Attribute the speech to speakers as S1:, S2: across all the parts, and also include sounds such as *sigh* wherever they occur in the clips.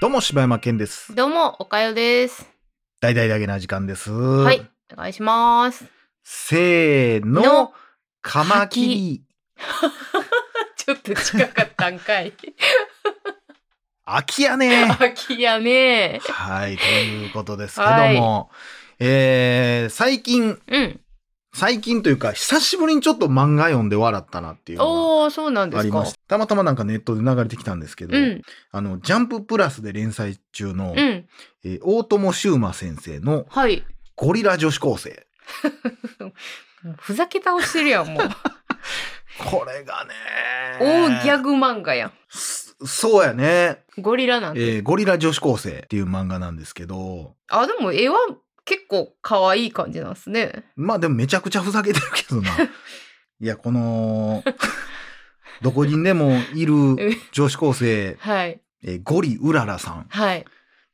S1: どうも、柴山健です。
S2: どうも、おかよです。
S1: 大々だけな時間です。
S2: は。、
S1: はい
S2: お願いします。
S1: せーの
S2: の、
S1: カマキリ。
S2: *laughs* ちょっと近かったん *laughs* かい。
S1: 秋やね。
S2: 秋やね。
S1: はい、ということですけども。えー、最近、
S2: うん。
S1: 最近というか、久しぶりにちょっと漫画読んで笑ったなっていうの
S2: おー、そうなん
S1: が
S2: で
S1: あ
S2: す
S1: り
S2: か。
S1: ました。たまたまなんかネットで流れてきたんですけど、
S2: うん、
S1: あの、ジャンププラスで連載中の、
S2: うん。
S1: えー大友修馬先生の
S2: はい。
S1: ゴリラ女子高生。
S2: もうふざけ倒してるやん、 *laughs* もう。
S1: これがね。
S2: 大ギャグ漫画やん。
S1: そそうやね、
S2: ゴリラなんて。
S1: えーゴリラ女子高生っていう漫画なんですけど、
S2: あ、でも絵は結構可愛い感じなんですね。
S1: まあでもめちゃくちゃふざけてるけ
S2: *laughs*
S1: どな。いや、この、どこにでもい
S2: *laughs*
S1: る女子高生、
S2: はい。
S1: えーゴリウララさんっ
S2: はい。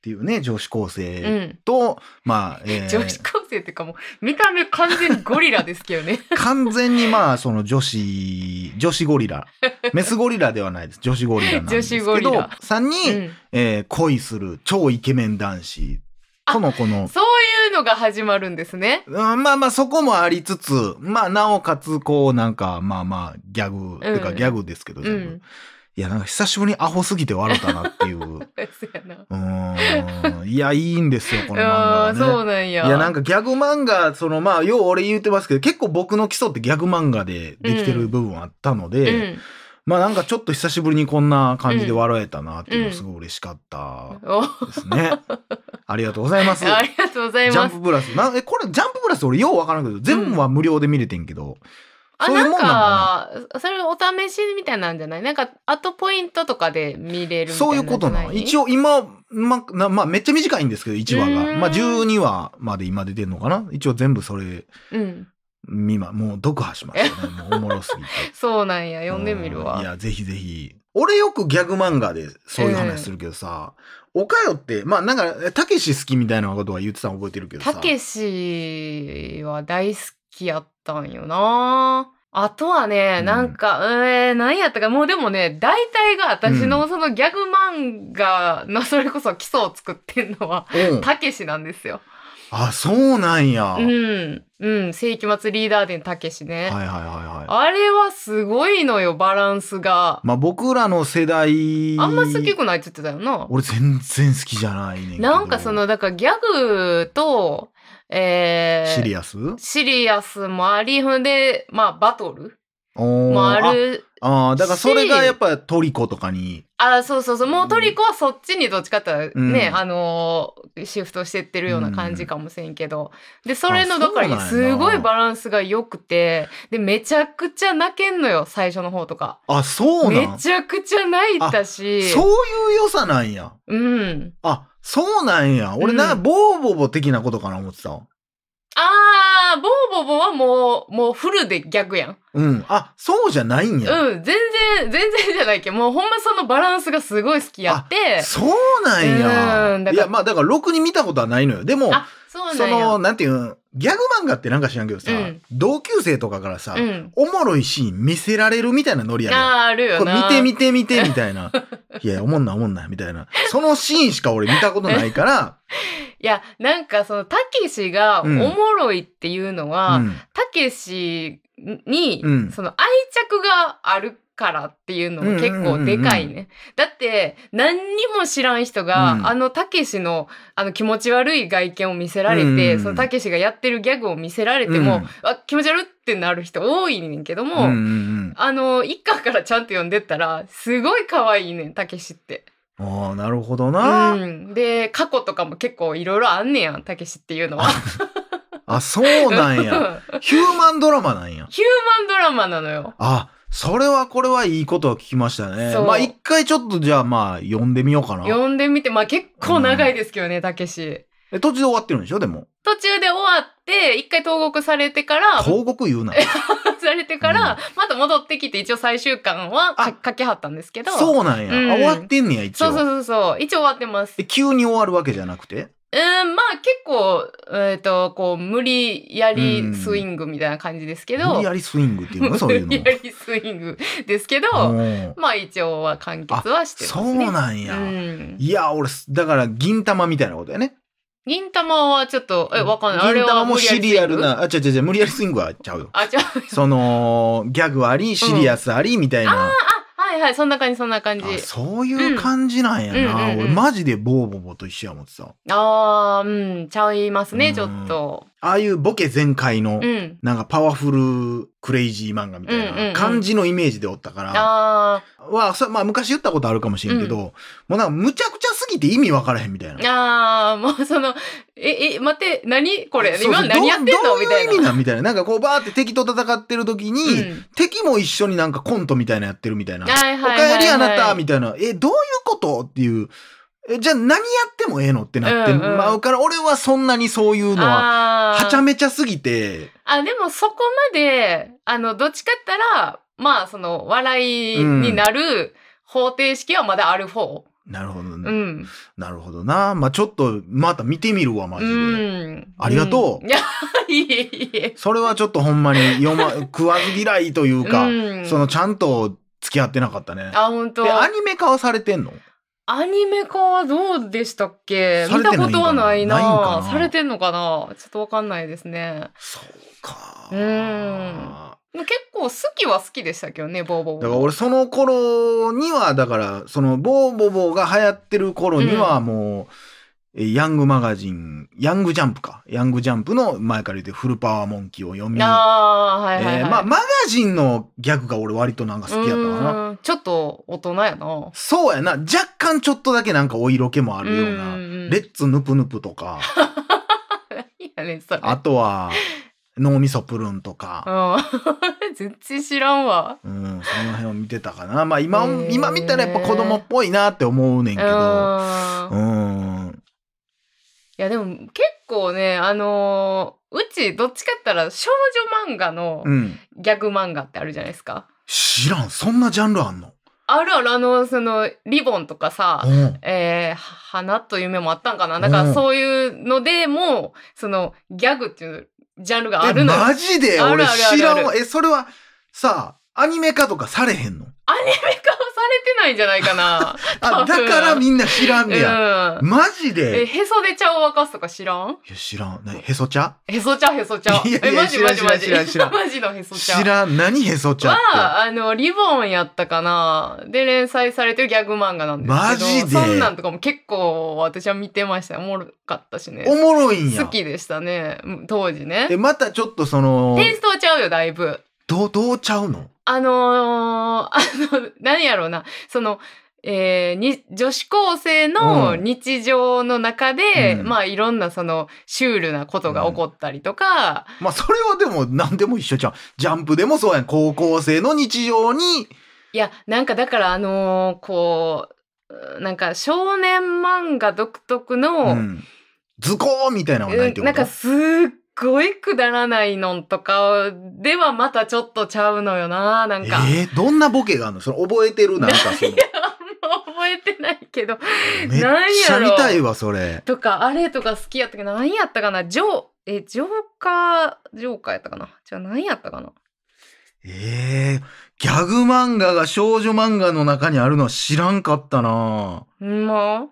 S1: ていうね、女子高
S2: う
S1: 生
S2: ん。
S1: と、まあ、えー
S2: 女子高生っていうかもう、見た目完全にゴリラですけどね。
S1: 完全にまあ、その女子、女子ゴリ
S2: *laughs*
S1: ラ。メスゴリラではないです。女子ゴリラなんですけど、
S2: 女子ゴリラ
S1: さんに、
S2: *laughs* うん。
S1: えー恋する超イケメン男子とのこの、
S2: そういうのが始まるんですね。
S1: うん、まあまあそこもありつつ、まあなおかつこうなんかまあまあギャグ、てかギャグですけど、
S2: う
S1: 全部
S2: ん。
S1: いやなんか久しぶりにアホすぎて笑ったなっていう。
S2: *laughs*
S1: う
S2: そうやな。
S1: ーん。いや、いいんですよ、この漫
S2: ああー
S1: 画は
S2: そ
S1: ね。
S2: うなんや。
S1: いや、なんかギャグ漫画、そのまあ、よう俺言ってますけど、結構僕の基礎ってギャグ漫画でできてる部分あったの
S2: う
S1: で、
S2: ん。
S1: まあなんかちょっと久しぶりにこんな感じで笑えたなっていうのすごい嬉しかった
S2: お *laughs*
S1: ですね。ありがとうございます。
S2: ありがとうござい
S1: ジャン
S2: ます
S1: プ。プラス。なえ、これ、ジャンププラス俺ようわからんけど、全部は無料で見れてんけど。
S2: あ、
S1: そういう
S2: なん
S1: もんな
S2: か、それお試しみたいなんじゃないなんか、あとポイントとかで見れるみたいな
S1: そういうことなの。一
S2: 応。
S1: 応今、ま、なまあ、めっちゃ短いんですけど、1話
S2: う
S1: が。
S2: ーん
S1: まあ、12話まで今出てんのかな一応全部それ、
S2: うん。
S1: 見ま、もう読破しましたね。もうおもろすぎて。
S2: そうなんや。 *laughs* 読んでみる
S1: う
S2: わ。
S1: いや、ぜひぜひ。俺よくギャグ漫画でそういう話するけどさ、おかよって、まあ、なんか、たけし好きみたいなことは言ってたの覚えてるけどさ。
S2: たけしは大好きやったんよな。あとはね、
S1: うん
S2: なんか、えー、何やったか、もうでもね、大体が私
S1: う
S2: のそのギャグ漫画のそれこそ基礎を作ってんのは、
S1: うん。
S2: たけしなんですよ。
S1: あ、そうなんや。
S2: う
S1: はい
S2: ん。うん。世紀末リーダー伝たけしね。
S1: はいはいはい。
S2: あれはすごいのよ、バランスが。
S1: まあ僕らの世代。
S2: あんま好きくないって言ってたよな。
S1: 俺全然好きじゃないねんけど。
S2: なんかその、だからギャグと、えー、
S1: シリアス
S2: シリアスもあり、ほんで、まあバトル
S1: おー
S2: もある。
S1: ああーだからそれがやっぱトリコとかに。
S2: あそうそうそう。もうトリコはそっちにどっちかって言ったらね、
S1: うん
S2: あのーシフトしてってるような感じかもしれんけど。で、それ
S1: あ
S2: のどっか
S1: そう
S2: に
S1: なんやな
S2: すごいバランスが良くて、で、めちゃくちゃ泣けんのよ、最初の方とか。
S1: あ、そう
S2: め
S1: なん
S2: ちゃくちゃ泣いたし。
S1: そういう良さなんや。
S2: うん。
S1: あ、そうなんや。俺な、
S2: うん
S1: ボーボボ的なことかな思ってたわ。
S2: あー、ボーボボはもう、もうフルで逆やん。
S1: うん。あ、そうじゃないんや。
S2: うん、全然、全然じゃないけど、もうほんまそのバランスがすごい好きやって。
S1: そうなんや。
S2: うんだから
S1: いや、まあだからろくに見たことはないのよ。でも、
S2: あ、そうな
S1: そ
S2: んや。
S1: の、なんていうん、ギャグ漫画ってなんか知らんけどさ、
S2: うん
S1: 同級生とかからさ、
S2: うん。
S1: おもろいシーン見せられるみたいなノリやねん。
S2: あー、あるよ
S1: これ
S2: な。
S1: 見て見て見てみたい
S2: *laughs*
S1: な。いや、おもんなおもんな、みたいな。そのシーンしか俺見たことない
S2: *laughs*
S1: から、
S2: いや、なんかその、たけしがお
S1: うん
S2: もろいっていうの
S1: う
S2: は、
S1: ん
S2: たけしに、
S1: うん
S2: その愛着があるからっていうのも結構でかいね。
S1: うんうんうん
S2: だって、何にも知らん人が、
S1: うん
S2: あのたけしの、あの気持ち悪い外見を見せられて、
S1: うん
S2: そのたけしがやってるギャグを見せられても、
S1: うん
S2: あ、気持ち悪ってなる人多いねんけど
S1: うんう
S2: も、
S1: ん
S2: あの、一巻からちゃんと読んでったら、すごい可愛いねん、たけしって。
S1: うん。ああ、なるほどな。
S2: うん。で、過去とかも結構いろいろあんねやん、たけしっていうのは。
S1: あ、そうなん
S2: *laughs*
S1: や。ヒューマンドラマなんや。
S2: ヒューマンドラマなのよ。
S1: あ、それはこれはいいことは聞きましたね。
S2: そう
S1: まあ一回ちょっとじゃあまあ読んでみようかな。
S2: 読んでみて、まあ結構長いですけどね、たけし。
S1: え途中で終わってるんでしょでも。
S2: 途中で終わって、一回投獄されてから、
S1: 東国言うな。
S2: されてから、また戻ってきて、一応最終巻は
S1: あ
S2: か書きはったんですけど。そう
S1: そうなんや。あ
S2: うん
S1: 終わってんねや、一
S2: そうそ
S1: 応。
S2: うそう。一応終わってます。
S1: え急に終わるわけじゃなくて
S2: うん、まあ結構、えっ、と、こう、無理やりスイングみたいな感じですけど、
S1: 無理やりスイングっていうのそういう
S2: 無
S1: の
S2: 理やりスイングですけど、
S1: うん
S2: まあ一応は完結はしてます
S1: そ
S2: ね。
S1: うなんや、
S2: うん
S1: いや俺だから銀玉みたいなことやね
S2: 銀玉はちょっと、え、わかんない。あれ
S1: 銀
S2: は
S1: 玉
S2: 無
S1: も
S2: 理や
S1: シ
S2: りスイング
S1: リアル。なあ違う違う違う無理やりスイングはちゃうよ
S2: あ、じゃあ、
S1: そのギャグありシリアスありみたいな、
S2: あはいはい、そんな感じ、そんな感じ。
S1: あそういう感じなんやな、
S2: うんうんうんうん
S1: 俺マジでボーボボと一緒や思ってた
S2: ああー、うん、ちゃいます
S1: う
S2: ね、
S1: ん
S2: ちょっと。
S1: ああいうボケ全開の、
S2: うん。
S1: なんかパワフルクレイジー漫画みた
S2: うんうんう
S1: いなん感じのイメージでおったから、
S2: あ
S1: はそれまあ昔言ったことあるかもしれんけど、
S2: うん
S1: もうなんかむちゃくちゃすぎて意味わからへんみたいな。
S2: ー、あー、もうその、え、え、待って、何これ、
S1: そうそう
S2: 今何やってん
S1: ど
S2: の
S1: う
S2: みたい
S1: どういう意味
S2: な。
S1: なんみたいな。なんかこうバーって敵と戦ってる時に、
S2: うん
S1: 敵も一緒になんかコントみたいなやってるみたいな。
S2: はいはい
S1: おかえりあなた
S2: み
S1: みたいな。え、どういうことっていう。え、じゃあ何やってもええのってなって
S2: うんうん
S1: まうから、俺はそんなにそういう
S2: た
S1: のは、
S2: あー
S1: はちゃめちゃすぎて、
S2: あ、でもそこまで、あの、どっちかって言ったら、まあ、その、笑いになる方程式はまだある方。
S1: なるほど、
S2: うん。うん。
S1: なるほどな。まあちょっと、また見てみるわ、マジで。ありがとうん
S2: いや、いえいえ。
S1: それはちょっとほんまに読
S2: *laughs*
S1: ま、食わず嫌いというか、
S2: うん
S1: そのちゃんと付き合ってなかったね。
S2: あ、本当
S1: で、アニメ化はされてんの
S2: アニメ化はどうでしたっけ
S1: さ
S2: 見
S1: れてないんか
S2: た
S1: な
S2: ことはないな
S1: ないんかな
S2: されてんのかなちょっとわかんないですね。
S1: そうか。
S2: うんでも結構好きは好きでしたけどね、ボーボーボー。
S1: だから俺その頃にはだからそのボーボボーが流行ってる頃にはもう、えヤングマガジンヤングジャンプかヤングジャンプの前から言ってフルパワーモンキーを読み、
S2: ああ、はいはい、はい
S1: えーまあマガジンのギャグが俺割となんか好きやったかな
S2: うんちょっと大人やな。
S1: そうやな若干ちょっとだけなんかお色気もあるような
S2: うん
S1: レッツヌプヌプと
S2: *laughs*
S1: か
S2: いやねんそれ。
S1: あとは脳みそプルンとか、
S2: うん *laughs* 全然知らんわ。
S1: うん、その辺を見てたかなまあ今
S2: へー
S1: 今見たらやっぱ子供っぽいなって思うねん
S2: うん。い
S1: けどう
S2: や
S1: ん
S2: でも結構ね、あのーうちどっちかって言ったら少女漫画の
S1: うん。
S2: ギャグ漫画ってあるじゃないですか。
S1: 知らん。そんなジャンルあんの
S2: あるあるあの、その、リボンとかさ
S1: う、ん。
S2: えー、花と夢もあったんかな。
S1: ん
S2: だからそういうのでも、その、ギャグっていうジャンルがあるの
S1: え
S2: よ。
S1: マジで
S2: ある
S1: 俺
S2: あるある
S1: 知らんわ。え、それは、さあ、アニメ化とかされへんの
S2: アニメ化をされてないんじゃないかな。
S1: あ、
S2: 多分
S1: だからみんな知らんねや。
S2: うん。
S1: マジ
S2: え、
S1: で
S2: へそで茶を沸かすとか知らん
S1: いや、知らん。なへそ茶
S2: へそ茶、へそ茶。
S1: いやいや
S2: え、マジ
S1: 知らん
S2: マジマジ。
S1: 知らん知らん
S2: マジのへそ茶。
S1: 知らん。何へそ茶って。
S2: は、あの、リボンやったかな。で、連載されてるギャグ漫画なんですけど。
S1: マジで
S2: そんなんとかも結構私は見てましたよ。おもろかったしね。
S1: おもろいんや。
S2: 好きでしたね。うん当時ね
S1: え、。またちょっとその、
S2: テイストはちゃうよ、だいぶ。
S1: どう、どうちゃうの
S2: あのー *laughs* あの、何やろうな。その、えーに女子高生の
S1: うん
S2: 日常の中で、
S1: うん
S2: まあいろんなそのシュールなことが起こったりとか、
S1: まあ、それはでも何でも一緒じゃん。ジャンプでもそうやん。高校生の日常に、
S2: いやなんかだからあのーこうなんか少年漫画独特
S1: う
S2: の、
S1: ん。図工みたいなのはないって
S2: う
S1: こと
S2: んなんかすっごいくだらないのんとかではまたちょっとちゃうのよななんか。
S1: えーどんなボケがあるのそれ覚えてるなんかその
S2: あんま *laughs* 覚えてないけど
S1: めっちゃ見たいわそれ
S2: とかあれとか好きやったけど何やったかなジョーえジョーカージョーカーやったかなじゃあ何やったかな
S1: ええギャグ漫画が少女漫画の中にあるのは知らんかったな
S2: うんま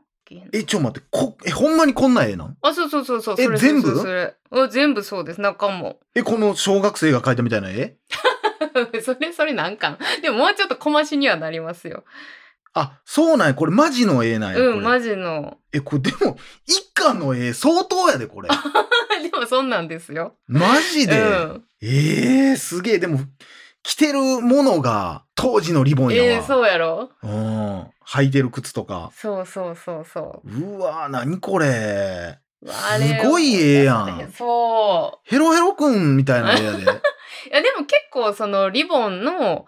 S1: えちょ待ってこえほんまにこんなんええなん
S2: あそうそうそうそう
S1: え
S2: それ
S1: 全部
S2: そうそうそれうん全部そうです中も *laughs*
S1: えこの小学生が描いたみたいな絵
S2: それそれなんかでももうちょっと小増しにはなりますよ
S1: あそうなんやこれマジの絵なんやこれ、
S2: うんマジの *laughs*
S1: えこれでも一巻の絵相当やで *laughs* これ
S2: でもそんなんですよ
S1: マジで、
S2: うん
S1: ええすげえでも着てるものが当時のリボンやわ、
S2: えー、そうやろ
S1: うん履いてる靴とか
S2: そうそうそうそう
S1: わー何これ
S2: うあれ
S1: すごい絵やん
S2: そう
S1: ヘロヘロくんみたいな絵やで。
S2: いやでも結構そのリボンの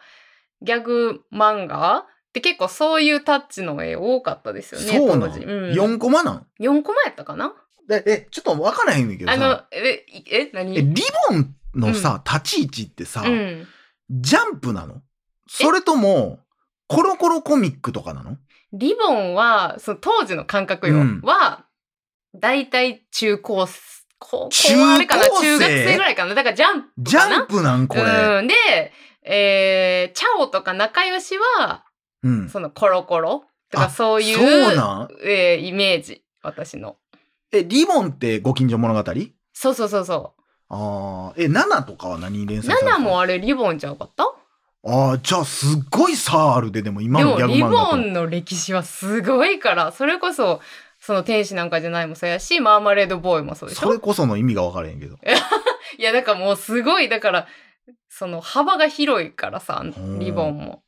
S2: ギャグ漫画って結構そういうタッチの絵多かったですよね
S1: そうな
S2: 当時、
S1: ん、
S2: うん、
S1: 四
S2: 4,
S1: コマなん
S2: コマやったかな
S1: でえ、ちょっと分からへんねんけど
S2: あの
S1: さ。
S2: ええ何
S1: え、リボンのさ、立ち位置ってさ、
S2: うん、
S1: ジャンプなのそれとも、コロコロコミックとかなの
S2: リボンはその当時の感覚よ、
S1: うん
S2: は大体中高生、高
S1: 中
S2: 校はあれかな
S1: 高生
S2: 中学生ぐらいかな。だからジャンプかな。
S1: ジャンプなんこれ。
S2: うん。で、えー、チャオとか仲良しは、
S1: うん。
S2: そのコロコロと
S1: あ
S2: かそういう
S1: そうなん
S2: えーイメージ、私の。
S1: え、リボンってご近所物語
S2: そうそうそうそ
S1: ああ、え、ナナとかは何連
S2: う。
S1: 載され
S2: ナ
S1: て
S2: ナ
S1: る
S2: もあれリボンちゃうかった
S1: ああ、じゃあすっごい差あるで、でも今
S2: で
S1: の
S2: も
S1: ギャグ
S2: リ
S1: 漫
S2: ボ
S1: 画
S2: ンの歴史はすごいから、それこそ、その天使なんかじゃないもそうやし、マーマレードボーイもそう
S1: と。
S2: でし
S1: それ
S2: ょ
S1: こその意味が分からへんけど。
S2: いや、だからもうすごい、だから、その幅が広いからさ、リボンも。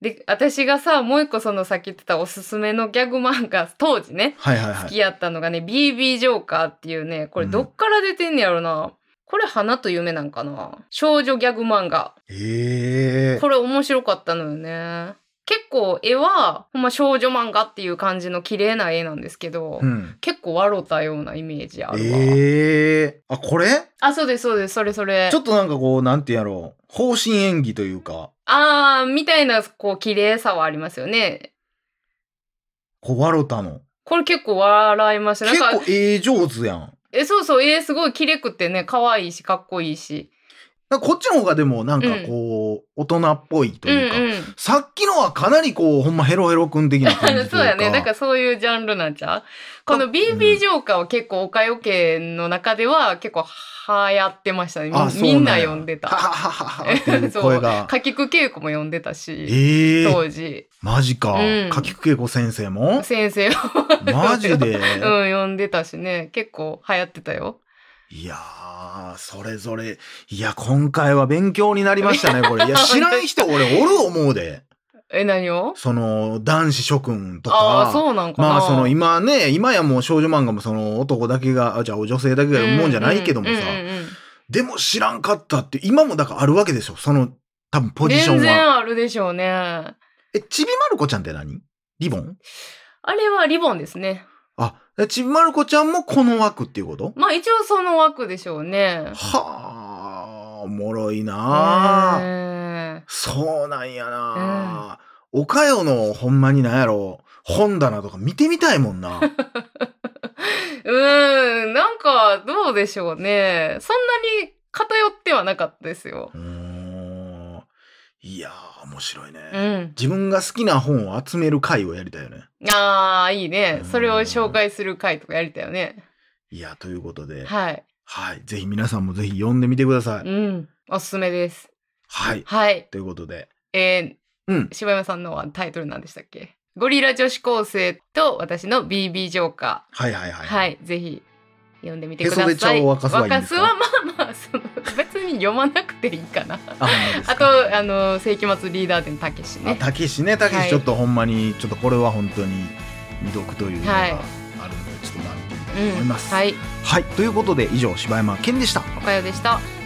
S2: で、私がさ、もう一個そのさっき言ってたおすすめのギャグ漫画、当時ね、
S1: はいはいは
S2: 好
S1: い。
S2: きやったのがね、BB ジョーカーっていうね、これどっから出てんねやろな。これ花と夢なんかな少女ギャグ漫画。
S1: ええ
S2: これ面白かったのよね。結構絵は、ほんま少女漫画っていう感じの綺麗な絵なんですけど、
S1: うん。
S2: 結構笑ったようなイメージあるわ。
S1: ええあ、これ
S2: あ、そうです、そうです、それそれ
S1: ちょ。っとなんかこう、なんていうんやろう。方針演技というか、
S2: あー、みたいな、こう、綺麗さはありますよね。
S1: こう、ワロタの。
S2: これ結構笑いました。
S1: 結
S2: なんか、
S1: 構絵上手やん。
S2: え、そうそう、絵すごい綺麗くってね、可愛いし、かっこいいし。
S1: なんかこっちの方がでもなんかこう、大人っぽいと
S2: うんう
S1: いうか、
S2: ん。
S1: さっきのはかなりこう、ほんまヘロヘロ君的な感じというか。
S2: *laughs* そうやね。だからそういうジャンルなんちゃうこの BB ジョーカーは結構、岡よけの中では結構流行ってましたね。
S1: あ
S2: みみんな読んで
S1: は
S2: た。
S1: ははははっていう声が
S2: *laughs* 。かきくけいこも読んでたし、
S1: ええー、
S2: 当時、
S1: マジか。
S2: うん
S1: かきくけこ先生
S2: *laughs*
S1: も
S2: 先生も、
S1: マジで、
S2: うん、読んでたしね、結構流行ってたよ。
S1: いやー、それぞれ。いや、今回は勉強になりましたね、これ。いや、知らん人俺おる思うで。
S2: え、何を
S1: その、男子諸君と
S2: ああ、
S1: か。
S2: そうなんかな。
S1: まあ、その、今ね、今やもう少女漫画もその男だけが、あじゃあ女性だけが読むもんじゃないけどもさ。
S2: うんうんうんうん
S1: でも知らんかったって、今もだからあるわけでしょ、その、多分ポジション
S2: 全
S1: は。
S2: 然あるでしょうね。あ
S1: え、ちびまる子ちゃんって何リボン
S2: れはリボンですね。
S1: あ、えちびまる子ちゃんもこの枠っていうこと
S2: まあ一応その枠でしょうね。
S1: はあ、おもろいなあ、
S2: ね
S1: そうなんやなあ、おかよのほんまになんやろ本棚とか見てみたいもんな。 *laughs*
S2: えうーん、なんかどうでしょうね。そんなに偏ってはなかったですよ。
S1: うーんいやあ面白いね、
S2: うん。
S1: 自分が好きな本を集める会をやりたいよね。
S2: ああ、いいね
S1: うん。
S2: それを紹介する回とかやりたいよね。
S1: いや、ということで、
S2: はい。
S1: はい。ぜひ皆さんもぜひ読んでみてください。
S2: うん。おすすめです。
S1: はい。
S2: はい。
S1: ということで、
S2: え
S1: うん
S2: ー、。柴山さんのはタイトル何でしたっけゴリラ女子高生と私の BB ジョーカー。
S1: はいはいはい。
S2: はい、ぜひ読んでみてください。
S1: へそで茶を沸かすはいいんですか
S2: 沸かすはまあまあその別に読まなくていいかな。
S1: あ、ほんまですか
S2: あとあの世紀末リーダー店たけし
S1: あ
S2: ね。
S1: たけしねたけ
S2: は
S1: し
S2: い
S1: ちょっとほんまにちょっとこれは本当に未読というのがあ
S2: は
S1: る
S2: い
S1: ので、ちょっとまあ見てみたい
S2: う
S1: と思い
S2: ん、
S1: ます。、
S2: はいい、
S1: ということで以上柴山健でした。
S2: おかよでした。
S1: バイバイ